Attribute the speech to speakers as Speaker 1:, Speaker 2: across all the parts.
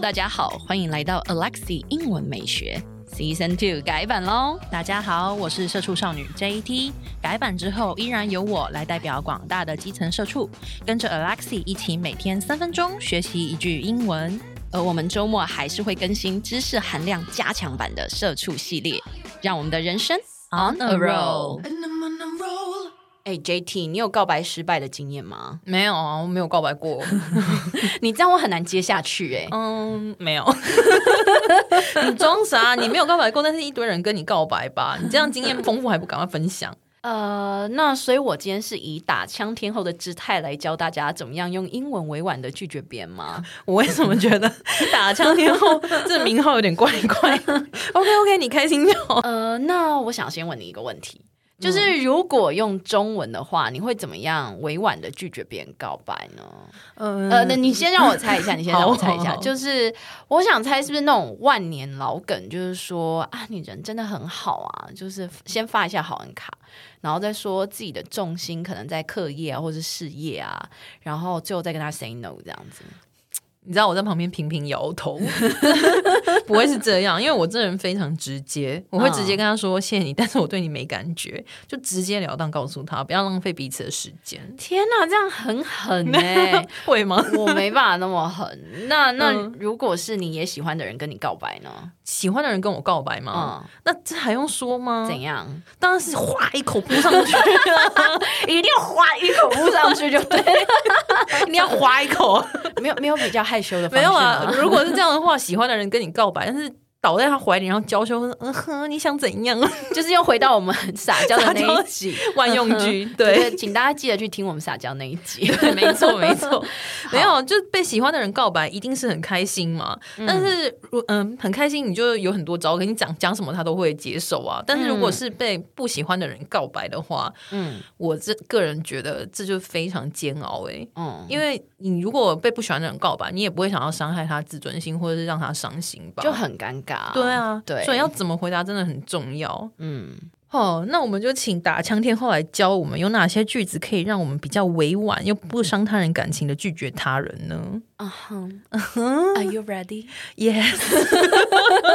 Speaker 1: 大家好，欢迎来到 Alexi 英文美学 Season Two 改版喽！
Speaker 2: 大家好，我是社畜少女 JT。改版之后，依然由我来代表广大的基层社畜，跟着 Alexi 一起每天三分钟学习一句英文。
Speaker 1: 而我们周末还是会更新知识含量加强版的社畜系列，让我们的人生 on a roll。哎、j t 你有告白失败的经验吗？
Speaker 2: 没有啊，我没有告白过。
Speaker 1: 你这样我很难接下去哎、
Speaker 2: 嗯，没有。你装啥？你没有告白过，但是一堆人跟你告白吧？你这样经验丰富还不赶快分享？
Speaker 1: 呃，那所以我今天是以打枪天后的姿态来教大家怎么样用英文委婉的拒绝别人吗？
Speaker 2: 我为什么觉得 打枪天后这名号有点怪怪？OK OK，你开心就好。
Speaker 1: 呃，那我想先问你一个问题，就是如果用中文的话，你会怎么样委婉的拒绝别人告白呢？
Speaker 2: 嗯
Speaker 1: 呃，那你先让我猜一下，你先让我
Speaker 2: 好
Speaker 1: 猜一下，
Speaker 2: 好
Speaker 1: 就是我想猜是不是那种万年老梗，就是说啊，你人真的很好啊，就是先发一下好人卡，然后再说自己的重心可能在课业啊或是事业啊，然后最后再跟他 say no 这样子。
Speaker 2: 你知道我在旁边频频摇头， 不会是这样，因为我这人非常直接，我会直接跟他说谢谢你，但是我对你没感觉，就直截了当告诉他，不要浪费彼此的时间，
Speaker 1: 天哪，这样很 狠哎、
Speaker 2: 会吗？
Speaker 1: 我没办法那么狠。那那
Speaker 2: 嗯
Speaker 1: 如果是你也喜欢的人跟你告白呢？
Speaker 2: 喜欢的人跟我告白吗？
Speaker 1: 嗯，
Speaker 2: 那这还用说吗？
Speaker 1: 怎样？
Speaker 2: 当然是哗一口扑上去，啊
Speaker 1: 一定要花一口扑上去就 对，
Speaker 2: 你要哗一口 啊，
Speaker 1: 没有没有比较害羞的方
Speaker 2: 没
Speaker 1: 式
Speaker 2: 有
Speaker 1: 吗
Speaker 2: 啊？ 如果是这样的话，喜欢的人跟你告白，但是倒在他怀里，然后娇羞，嗯哼，你想怎样？
Speaker 1: 就是又回到我们撒娇的那一集。
Speaker 2: 万用 句， 对。
Speaker 1: 对，请大家记得去听我们撒娇那一 集。
Speaker 2: 对，没错，没错， 没有，就被喜欢的人告白，一定是很开心嘛。但是，如嗯，很开心，你就有很多招，跟你讲讲什么，他都会接受啊。但是，如果是被不喜欢的人告白的话，
Speaker 1: 嗯
Speaker 2: 我这个人觉得这就非常煎熬诶、
Speaker 1: 嗯，
Speaker 2: 因为你如果被不喜欢的人告白，你也不会想要伤害他自尊心，或者是让他伤心吧？
Speaker 1: 就很尴尬。
Speaker 2: 对，啊，
Speaker 1: 对
Speaker 2: 所以要怎么回答真的很重要。
Speaker 1: 嗯，
Speaker 2: 哦，那我们就请打枪天后来教我们有哪些句子可以让我们比较委婉又不伤他人感情的拒绝他人呢
Speaker 1: 啊
Speaker 2: Uh-huh
Speaker 1: 哼，Are you ready？
Speaker 2: ？Yes，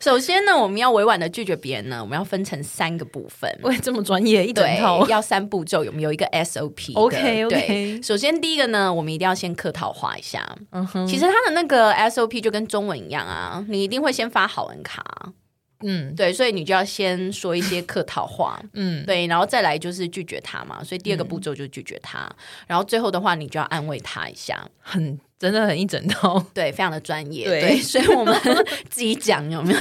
Speaker 1: 首先呢，我们要委婉的拒绝别人呢，我们要分成三个部分。
Speaker 2: 我也这么专业一整
Speaker 1: 对
Speaker 2: 套，。
Speaker 1: 要三步骤，有没有一个 SOP 的
Speaker 2: OK，OK
Speaker 1: 对首先第一个呢，我们一定要先客套化一下。
Speaker 2: 嗯哼，
Speaker 1: 其实它的那个 SOP 就跟中文一样啊，你一定会先发好人卡，
Speaker 2: 嗯
Speaker 1: 对，所以你就要先说一些客套 话。
Speaker 2: 嗯，
Speaker 1: 对，然后再来就是拒绝他嘛，所以第二个步骤就是拒绝他，然后最后的话你就要安慰他一下，
Speaker 2: 很真的很一整套。
Speaker 1: 对，非常的专业，
Speaker 2: 对
Speaker 1: 所以我们 自己讲有没 有？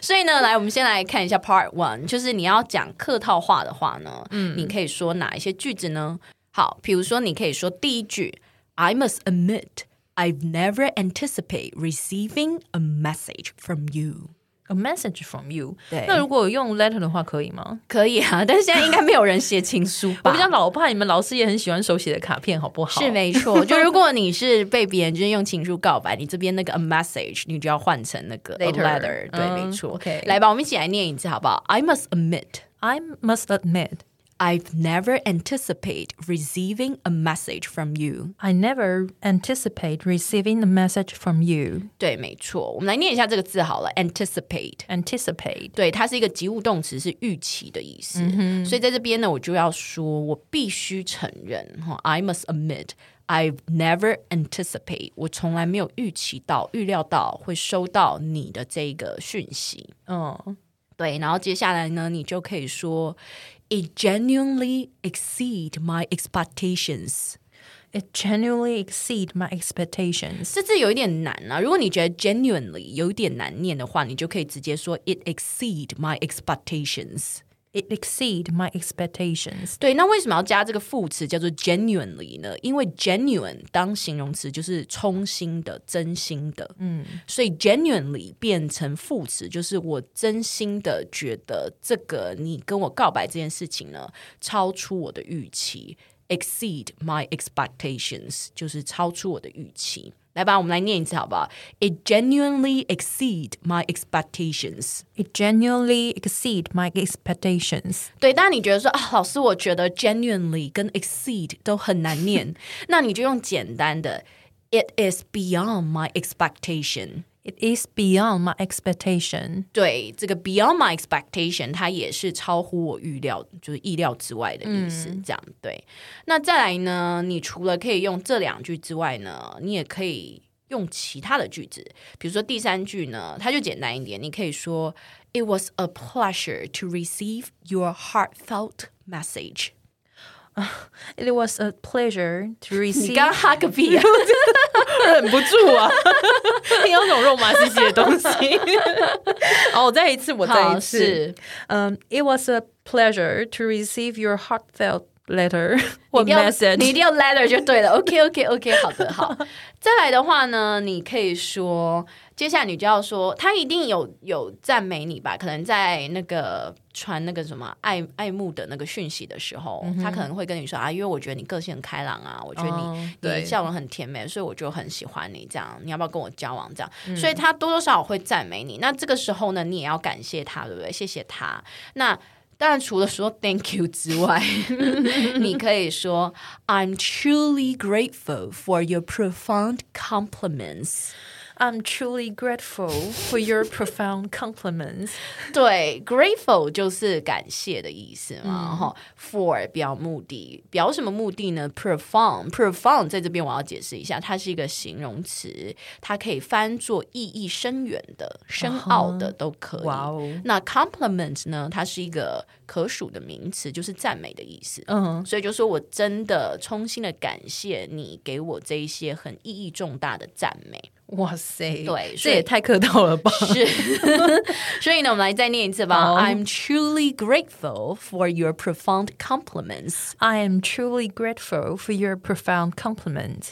Speaker 1: 所以呢，来我们先来看一下 Part One，就是你要讲客套话的话呢，你可以说哪一些句子呢？好，比如说你可以说第一句，I must admit I've never anticipate receiving a message from you。
Speaker 2: A message from you。
Speaker 1: 对
Speaker 2: 那如果用 letter 的话，可以吗？
Speaker 1: 可以啊，但是现在应该没有人写情书 吧？
Speaker 2: 我比较老派，你们老师也很喜欢手写的卡片，好不好？
Speaker 1: 是没错， 就如果你是被别人就是用情书告白，你这边那个 a message 你就要换成那个 a
Speaker 2: Letter
Speaker 1: letter，对，
Speaker 2: 嗯
Speaker 1: 没错。
Speaker 2: OK
Speaker 1: 来吧，我们一起来念一次好不好？I must admit
Speaker 2: I must admit,
Speaker 1: I've never anticipate receiving a message from you。
Speaker 2: I never anticipate receiving a message from you.
Speaker 1: 对，没错，我们来念一下这个字好了，anticipate。
Speaker 2: Anticipate.
Speaker 1: 对，它是一个及物动词，是预期的意思。所以在这边呢，我就要说，我必须承认哈，I must admit I've never anticipate，我从来没有预期到、预料到会收到你的这个讯息。
Speaker 2: 嗯
Speaker 1: 对，然后接下来呢，你就可以说，It genuinely exceed my expectations。
Speaker 2: It genuinely exceed my expectations.
Speaker 1: 这字有一点难啊。如果你觉得 genuinely 有一点难念的话，你就可以直接说 It exceed my expectations。
Speaker 2: It exceed my expectations.
Speaker 1: 对，那为什么要加这个副词叫做 genuinely 呢？因为 genuine 当形容词就是衷心的、真心的，嗯，所以 genuinely 变成副词，就是我真心的觉得这个你跟我告白这件事情呢，超出我的预期，exceed my expectations，就是超出我的预期。来吧，我们来念一次好不好？It genuinely exceed my expectations。
Speaker 2: It genuinely exceed my expectations.
Speaker 1: 对，但你觉得说啊，老师，我觉得 genuinely 跟 exceed 都很难念，那你就用简单的 it is beyond my expectation。
Speaker 2: It is beyond my expectation。
Speaker 1: 对，这个 beyond my expectation，它也是超乎我预料，就是意料之外的意思。这样对。那再来呢？你除了可以用这两句之外呢，你也可以用其他的句子。比如说第三句呢，它就简单一点，你可以说 It was a pleasure to receive your heartfelt message。
Speaker 2: It was a pleasure to
Speaker 1: 你
Speaker 2: receive
Speaker 1: 刚刚哈个屁啊！
Speaker 2: 忍不住 啊，听到那种肉麻兮兮的东 西。好，我再一次，我 再一
Speaker 1: 好
Speaker 2: 次
Speaker 1: 是。
Speaker 2: 嗯、i t was a pleasure to receive your heartfelt letter 或
Speaker 1: 你一定要
Speaker 2: message。
Speaker 1: 你一定要 letter 就对了。OK OK OK，好的好。 再来的话呢，你可以说，接下来你就要说，他一定有有赞美你吧？可能在那个传那个什么爱爱慕的那个讯息的时候，他可能会跟你说啊，因为我觉得你个性很开朗啊，我觉得你、
Speaker 2: 嗯哦对
Speaker 1: 你笑容很甜美，所以我就很喜欢你。这样，你要不要跟我交往？这样，
Speaker 2: 嗯
Speaker 1: 所以他多多少少会赞美你。那这个时候呢，你也要感谢他，对不对？谢谢他。那当然，除了说 thank you 之外， 你可以说 I'm truly grateful for your profound compliments。
Speaker 2: I'm truly grateful for your profound compliments。
Speaker 1: 对，grateful 就是感谢的意思嘛，
Speaker 2: 嗯
Speaker 1: 哈、for 表目的，表什么目的呢？profound，profound 在这边我要解释一下，它是一个形容词，它可以翻作意义深远的、深奥的都可以。
Speaker 2: 啊哇哦
Speaker 1: 那 compliment 呢，它是一个可数的名词，就是赞美的意思。
Speaker 2: 嗯，
Speaker 1: 所以就说我真的衷心的感谢你给我这一些很意义重大的赞美。
Speaker 2: 哇塞，
Speaker 1: 对
Speaker 2: 这
Speaker 1: 所以
Speaker 2: 也太客套了吧？
Speaker 1: 是，所以呢，我们来再念一次吧。
Speaker 2: 好。
Speaker 1: I'm truly grateful for your profound compliments.
Speaker 2: I am truly grateful for your profound compliment。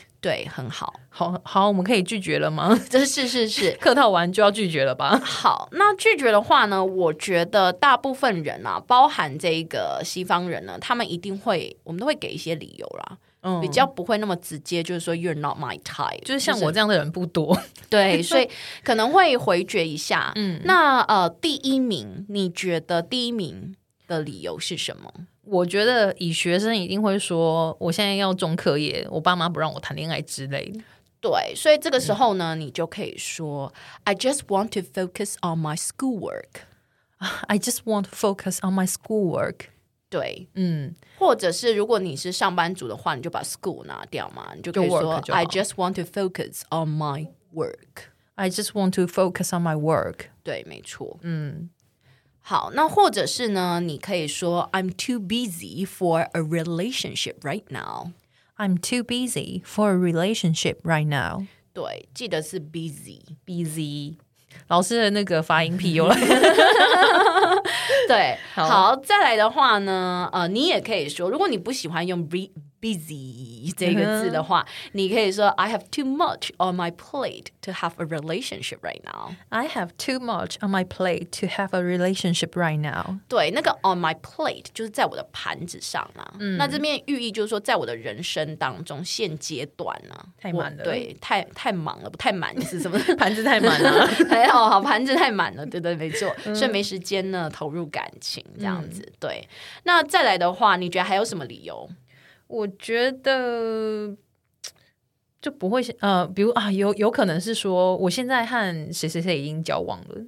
Speaker 2: 好好，我们可以拒绝了吗？
Speaker 1: 对，很好，这是是是。
Speaker 2: 客套完就要拒绝了吧？
Speaker 1: 好，那拒绝的话呢？我觉得大部分人啊，包含这个西方人呢，他们一定会，我们都会给一些理由啦，
Speaker 2: 嗯
Speaker 1: 比较不会那么直接，就是说 you're not my type，
Speaker 2: 就是像我这样的人不多。
Speaker 1: 对，所以可能会回绝一下。嗯，那呃，第一名，你觉得第一名的理由是什么？
Speaker 2: 我觉得以学生一定会说，我现在要中科业，我爸妈不让我谈恋爱之类的。
Speaker 1: 对，所以这个
Speaker 2: 嗯
Speaker 1: 时候呢，你就可以说 I just want to focus on my schoolwork。
Speaker 2: I just want to focus on my schoolwork。
Speaker 1: 对，
Speaker 2: 嗯，
Speaker 1: 或者是如果你是上班族的话，你就把 school 拿掉嘛，你就可以
Speaker 2: 就 work
Speaker 1: 说
Speaker 2: 就好
Speaker 1: I just want to focus on my work。
Speaker 2: I just want to focus on my work。
Speaker 1: 对，没错。
Speaker 2: 嗯，
Speaker 1: 好，那或者是呢，你可以说 I'm too busy for a relationship right now。
Speaker 2: I'm too busy for a relationship right now。
Speaker 1: 对，记得是 busy。
Speaker 2: Busy，老师的那个发音癖又来。
Speaker 1: 对，
Speaker 2: 好
Speaker 1: 好再来的话呢，呃，你也可以说，如果你不喜欢用 be busy 这个字的
Speaker 2: 嗯
Speaker 1: 话，你可以说 I have too much on my plate to have a relationship right now。
Speaker 2: I have too much on my plate to have a relationship right now。
Speaker 1: 对，那个 on my plate 就是在我的盘子上啊。
Speaker 2: 嗯
Speaker 1: 那这边寓意就是说，在我的人生当中，现阶段啊，
Speaker 2: 太
Speaker 1: 我
Speaker 2: 满了
Speaker 1: 对，太太忙了，不太满是 什么？
Speaker 2: 盘子太满了。
Speaker 1: 还好，好盘子太满了，对对，没错，
Speaker 2: 嗯
Speaker 1: 所以没时间呢投入感情这样子。对，那再来的话，你觉得还有什么理由？
Speaker 2: 我觉得就不会呃，比如啊，有有可能是说我现在和谁谁谁已经交往了，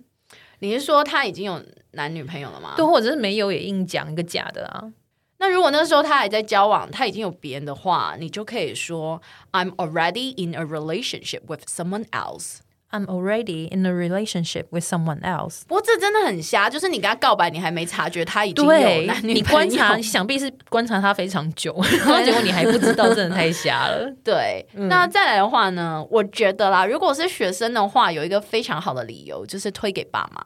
Speaker 1: 你是说他已经有男女朋友了吗？
Speaker 2: 对，。或者是没有也硬讲一个假的啊。
Speaker 1: 那如果那时候他还在交往，他已经有别人的话，你就可以说 I'm already in a relationship with someone else。
Speaker 2: I'm already in a relationship with someone else。
Speaker 1: 不过这真的很瞎，就是你跟他告白，你还没察觉他已经有
Speaker 2: 对
Speaker 1: 男女
Speaker 2: 你
Speaker 1: 朋友
Speaker 2: 观察，想必是观察他非常久， 然后结果你还不知道，真的太瞎了。
Speaker 1: 对，
Speaker 2: 嗯
Speaker 1: 那再来的话呢，我觉得啦，如果是学生的话，有一个非常好的理由，就是推给爸妈。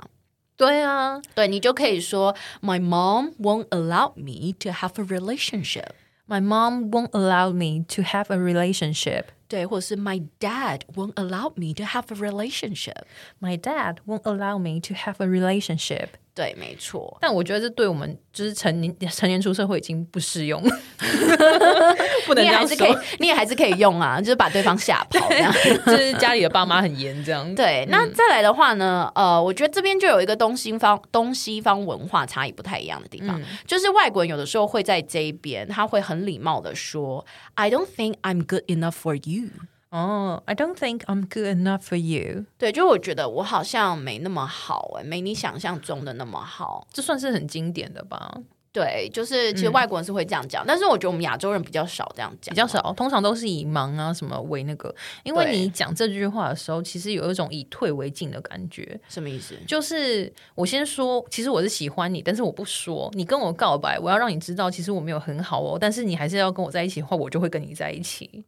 Speaker 2: 对啊
Speaker 1: 对你就可以说 My mom won't allow me to have a relationship。
Speaker 2: ，My mom won't allow me to have a relationship。
Speaker 1: 对，或者是 My dad won't allow me to have a relationship。
Speaker 2: My dad won't allow me to have a relationship。
Speaker 1: 对，没错。
Speaker 2: 但我觉得这对我们就是成年成年出社会已经不适用， 不
Speaker 1: 你
Speaker 2: 能这
Speaker 1: 也
Speaker 2: 样
Speaker 1: 还是可以
Speaker 2: 说。，
Speaker 1: 你也还是可以用啊， 就是把对方吓跑这样。
Speaker 2: 就是家里的爸妈很严这样。
Speaker 1: 对，那再来的话呢，呃，我觉得这边就有一个东西方东西方文化差异不太一样的地方，就是外国人有的时候会在这一边，他会很礼貌的说，I don't think I'm good enough for you。
Speaker 2: 哦、i don't think I'm good enough for you，
Speaker 1: 对，就我觉得我好像没那么好、哎，没你想象中的那么好。
Speaker 2: 这算是很经典的吧？
Speaker 1: 对，就是其实外国人是会这样讲，但是我觉得我们亚洲人比较少这样讲，啊
Speaker 2: 嗯比较。少，通常都是以忙啊什么为那个，因为
Speaker 1: 对
Speaker 2: 你讲这句话的时候，其实有一种以退为进的感觉。
Speaker 1: 什么意思？
Speaker 2: 就是我先说，其实我是喜欢你，但是我不说。你跟我告白，我要让你知道，其实我没有很好哦。但是你还是要跟我在一起的话，我就会跟你在一起。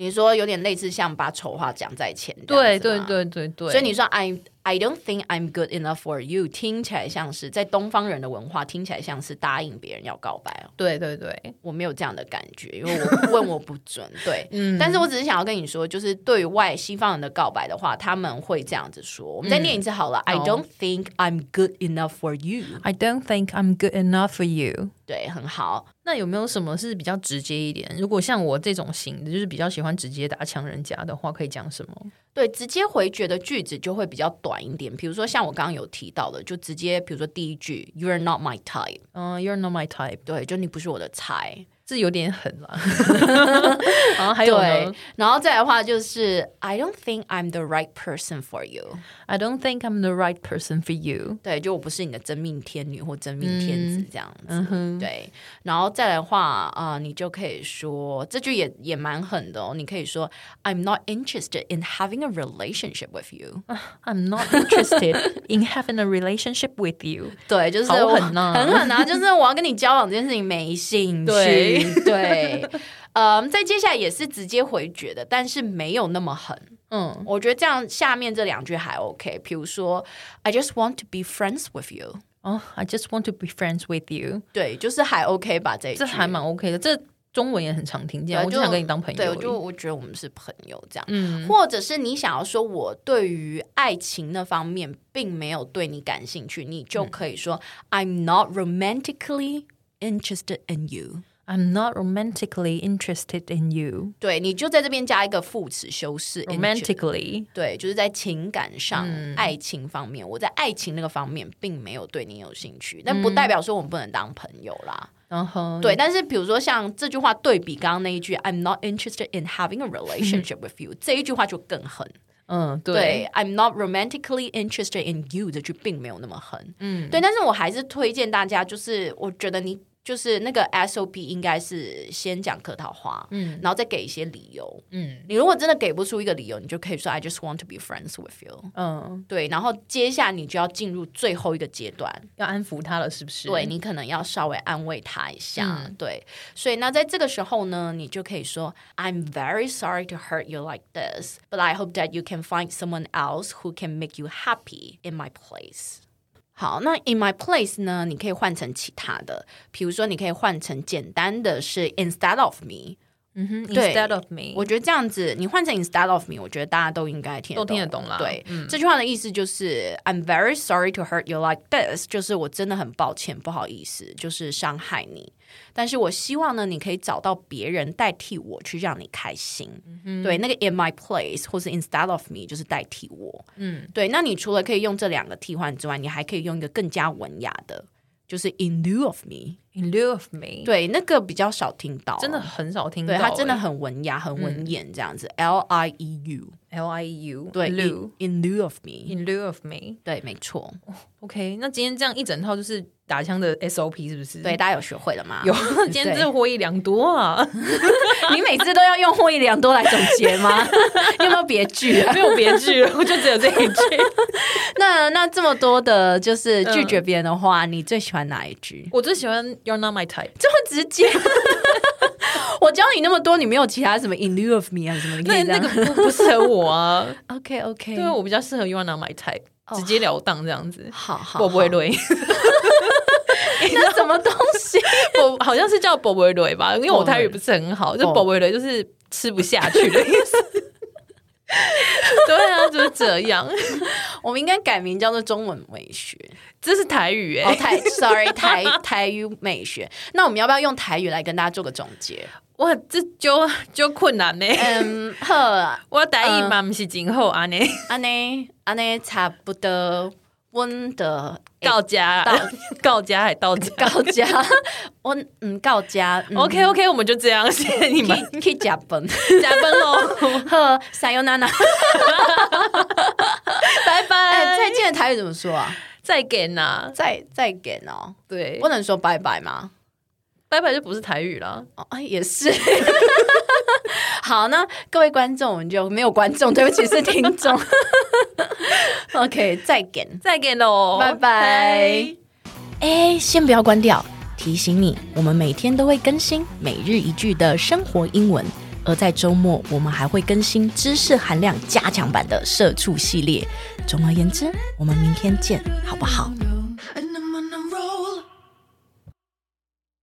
Speaker 1: 你说有点类似像把丑话讲在前，这
Speaker 2: 对
Speaker 1: 样子
Speaker 2: 对
Speaker 1: 吗。
Speaker 2: 对对对。
Speaker 1: 所以你说 I I don't think I'm good enough for you，听起来像是在东方人的文化，听起来像是答应别人要告白哦。
Speaker 2: 对对对，
Speaker 1: 我没有这样的感觉，因为我 问我不准。对，但
Speaker 2: 嗯
Speaker 1: 是我只是想要跟你说，就是对外西方人的告白的话，他们会这样子说。我们再念一次好了、i
Speaker 2: 嗯好
Speaker 1: don't think I'm good enough for you。
Speaker 2: I don't think I'm good enough for you。
Speaker 1: 对，很好。
Speaker 2: 那有没有什么是比较直接一点？如果像我这种型的，就是比较喜欢直接打抢人家的话，可以讲什么？
Speaker 1: 对，直接回绝的句子就会比较短一点。比如说像我刚刚有提到的，就直接，比如说第一句 "You're not my type"，
Speaker 2: 嗯、y o u r e not my type，
Speaker 1: 对，就你不是我的菜。
Speaker 2: 这有点狠 啦。然后还有
Speaker 1: 对
Speaker 2: 呢，
Speaker 1: 然后再来的话就是 "I don't think I'm the right person for you"，
Speaker 2: ，I don't think I'm the right person for you。
Speaker 1: 对，就我不是你的真命天女或真
Speaker 2: 嗯
Speaker 1: 命天子这样子。对，然后再来的话啊、呃你就可以说这句也也蛮狠的哦，你可以说 "I'm not interested in having a relationship with you"。
Speaker 2: 啊 I'm not interested in having a relationship with you。
Speaker 1: 对，就是
Speaker 2: 好
Speaker 1: 我
Speaker 2: 狠呐
Speaker 1: 很狠啊！就是我要跟你交往这件事情没兴趣，
Speaker 2: 对
Speaker 1: 对嗯，再接下来也是直接回绝的，但是没有那么狠。
Speaker 2: 嗯，
Speaker 1: 我觉得这样下面这两句还 OK，比如说 I just want to be friends with you，
Speaker 2: 哦、i Oh, just want to be friends with you。
Speaker 1: 对，就是还 OK 吧这一句
Speaker 2: 这还蛮 OK 的，这中文也很常听
Speaker 1: 对
Speaker 2: 见。我就想跟你当朋友。嗯
Speaker 1: 对，我就我觉得我们是朋友这样，或者是你想要说我对于爱情那方面并没有对你感兴趣，你
Speaker 2: 嗯
Speaker 1: 就可以说、I'm not romantically interested in you。
Speaker 2: I'm not romantically interested in you。
Speaker 1: 对，你就在这边加一个副词修饰 interest-
Speaker 2: Romantically，
Speaker 1: 对，就是在情感上、
Speaker 2: 嗯
Speaker 1: 爱情方面，我在爱情那个方面并没有对你有兴趣，但
Speaker 2: 嗯
Speaker 1: 不代表说我们不能当朋友啦。
Speaker 2: 然后
Speaker 1: 对，但是比如说像这句话对比刚刚那一句 "I'm not interested in having a relationship with you" 这一句话就更狠。
Speaker 2: 嗯，对，
Speaker 1: 对，I'm not romantically interested in you 这句并没有那么狠。嗯，对，但是我还是推荐大家，就是我觉得你就是那个 SOP 应该是先讲客套话，嗯，然后再给一些理由，嗯，你如果真的给不出一个理由，你就可以说 I just want to be friends with you。
Speaker 2: 嗯，
Speaker 1: 对，然后接下来你就要进入最后一个阶段，
Speaker 2: 要安抚他了，是不是？
Speaker 1: 对你可能要稍微安慰他一下，对，所以那在这个时候呢，你就可以说 I'm very sorry to hurt you like this, but I hope that you can find someone else who can make you happy in my place。好，那 in my place 呢，你可以换成其他的，比如说你可以换成简单的是 instead of me。
Speaker 2: 嗯
Speaker 1: 对
Speaker 2: ，instead of me，
Speaker 1: 我觉得这样子，你换成 instead of me，我觉得大家都应该听得
Speaker 2: 都听得懂啦嗯
Speaker 1: 对，这句话的意思就是 I'm very sorry to hurt you like this，就是我真的很抱歉，不好意思，就是伤害你。但是我希望呢，你可以找到别人代替我去让你开心。
Speaker 2: 嗯
Speaker 1: 对，那个 in my place 或是 instead of me 就是代替我。嗯，对。那你除了可以用这两个替换之外，你还可以用一个更加文雅的，就是 in lieu of me。
Speaker 2: in lieu of me，
Speaker 1: 对，那个比较少听到，哦
Speaker 2: 真的很少听到
Speaker 1: 对，
Speaker 2: 欸，
Speaker 1: 它真的很嗯文雅、很文言这样子。L I E U，
Speaker 2: L I U，
Speaker 1: 对
Speaker 2: lieu
Speaker 1: ，in in lieu of me，
Speaker 2: in lieu of me。
Speaker 1: 对，没错，
Speaker 2: OK，那今天这样一整套就是打枪的 SOP 是不是？
Speaker 1: 对，，大家有学会了吗？
Speaker 2: 有，今天真是获益良多啊！
Speaker 1: 你每次都要用获益良多来总结吗？ 你有没有别句啊？
Speaker 2: 没有别句了，我就只有这一 句。
Speaker 1: 那那这么多的，就是拒绝别人的话，你最喜欢哪一句？
Speaker 2: 我最喜欢 You're not my type。
Speaker 1: 这么直接。 我教你那么多，你没有其他什么 in lieu of me 啊什么？你可
Speaker 2: 那
Speaker 1: 以这
Speaker 2: 那
Speaker 1: 样
Speaker 2: 个不不适合我啊，哦
Speaker 1: OK OK，
Speaker 2: 对我比较适合 You're not my type，直截了当这样子。
Speaker 1: 好好，
Speaker 2: 我不会累，
Speaker 1: 那什么东西？
Speaker 2: 我好像是叫 宝贝雷吧，因为我泰语不是很好，就
Speaker 1: 哦
Speaker 2: 宝贝雷就是吃不下去的意思。 对啊，就是这样，
Speaker 1: 我们应该改名叫做中文美学。
Speaker 2: 这是台语哎、
Speaker 1: 哦，台，sorry，台台语美学。那我们要不要用台语来跟大家做个总结？
Speaker 2: 哇，这就就困难呢、
Speaker 1: 嗯，欸呵，
Speaker 2: 我台语嘛不是今后安呢，
Speaker 1: 安内安内差不多，温的
Speaker 2: 到家
Speaker 1: 到
Speaker 2: 告家还到家。
Speaker 1: 告家，温嗯告家
Speaker 2: OK OK，我们就这样，谢谢你们，
Speaker 1: 去去加本
Speaker 2: 加分喽，
Speaker 1: 呵，撒尤娜娜，
Speaker 2: 拜拜，
Speaker 1: 哎，再见的台语怎么说啊？
Speaker 2: 再见呐，
Speaker 1: 再再见哦，
Speaker 2: 对
Speaker 1: 不，能说拜拜吗？
Speaker 2: 拜拜就不是台语了，
Speaker 1: 哦，哎也是。 好，那各位观众，我们就没有观众，对不起，是听众。OK，再见。
Speaker 2: 再见喽，
Speaker 1: 拜拜。哎，先不要关掉，提醒你，我们每天都会更新每日一句的生活英文，而在周末我们还会更新知识含量加强版的社畜系列。总而言之，我们明天见，好不好？
Speaker 3: No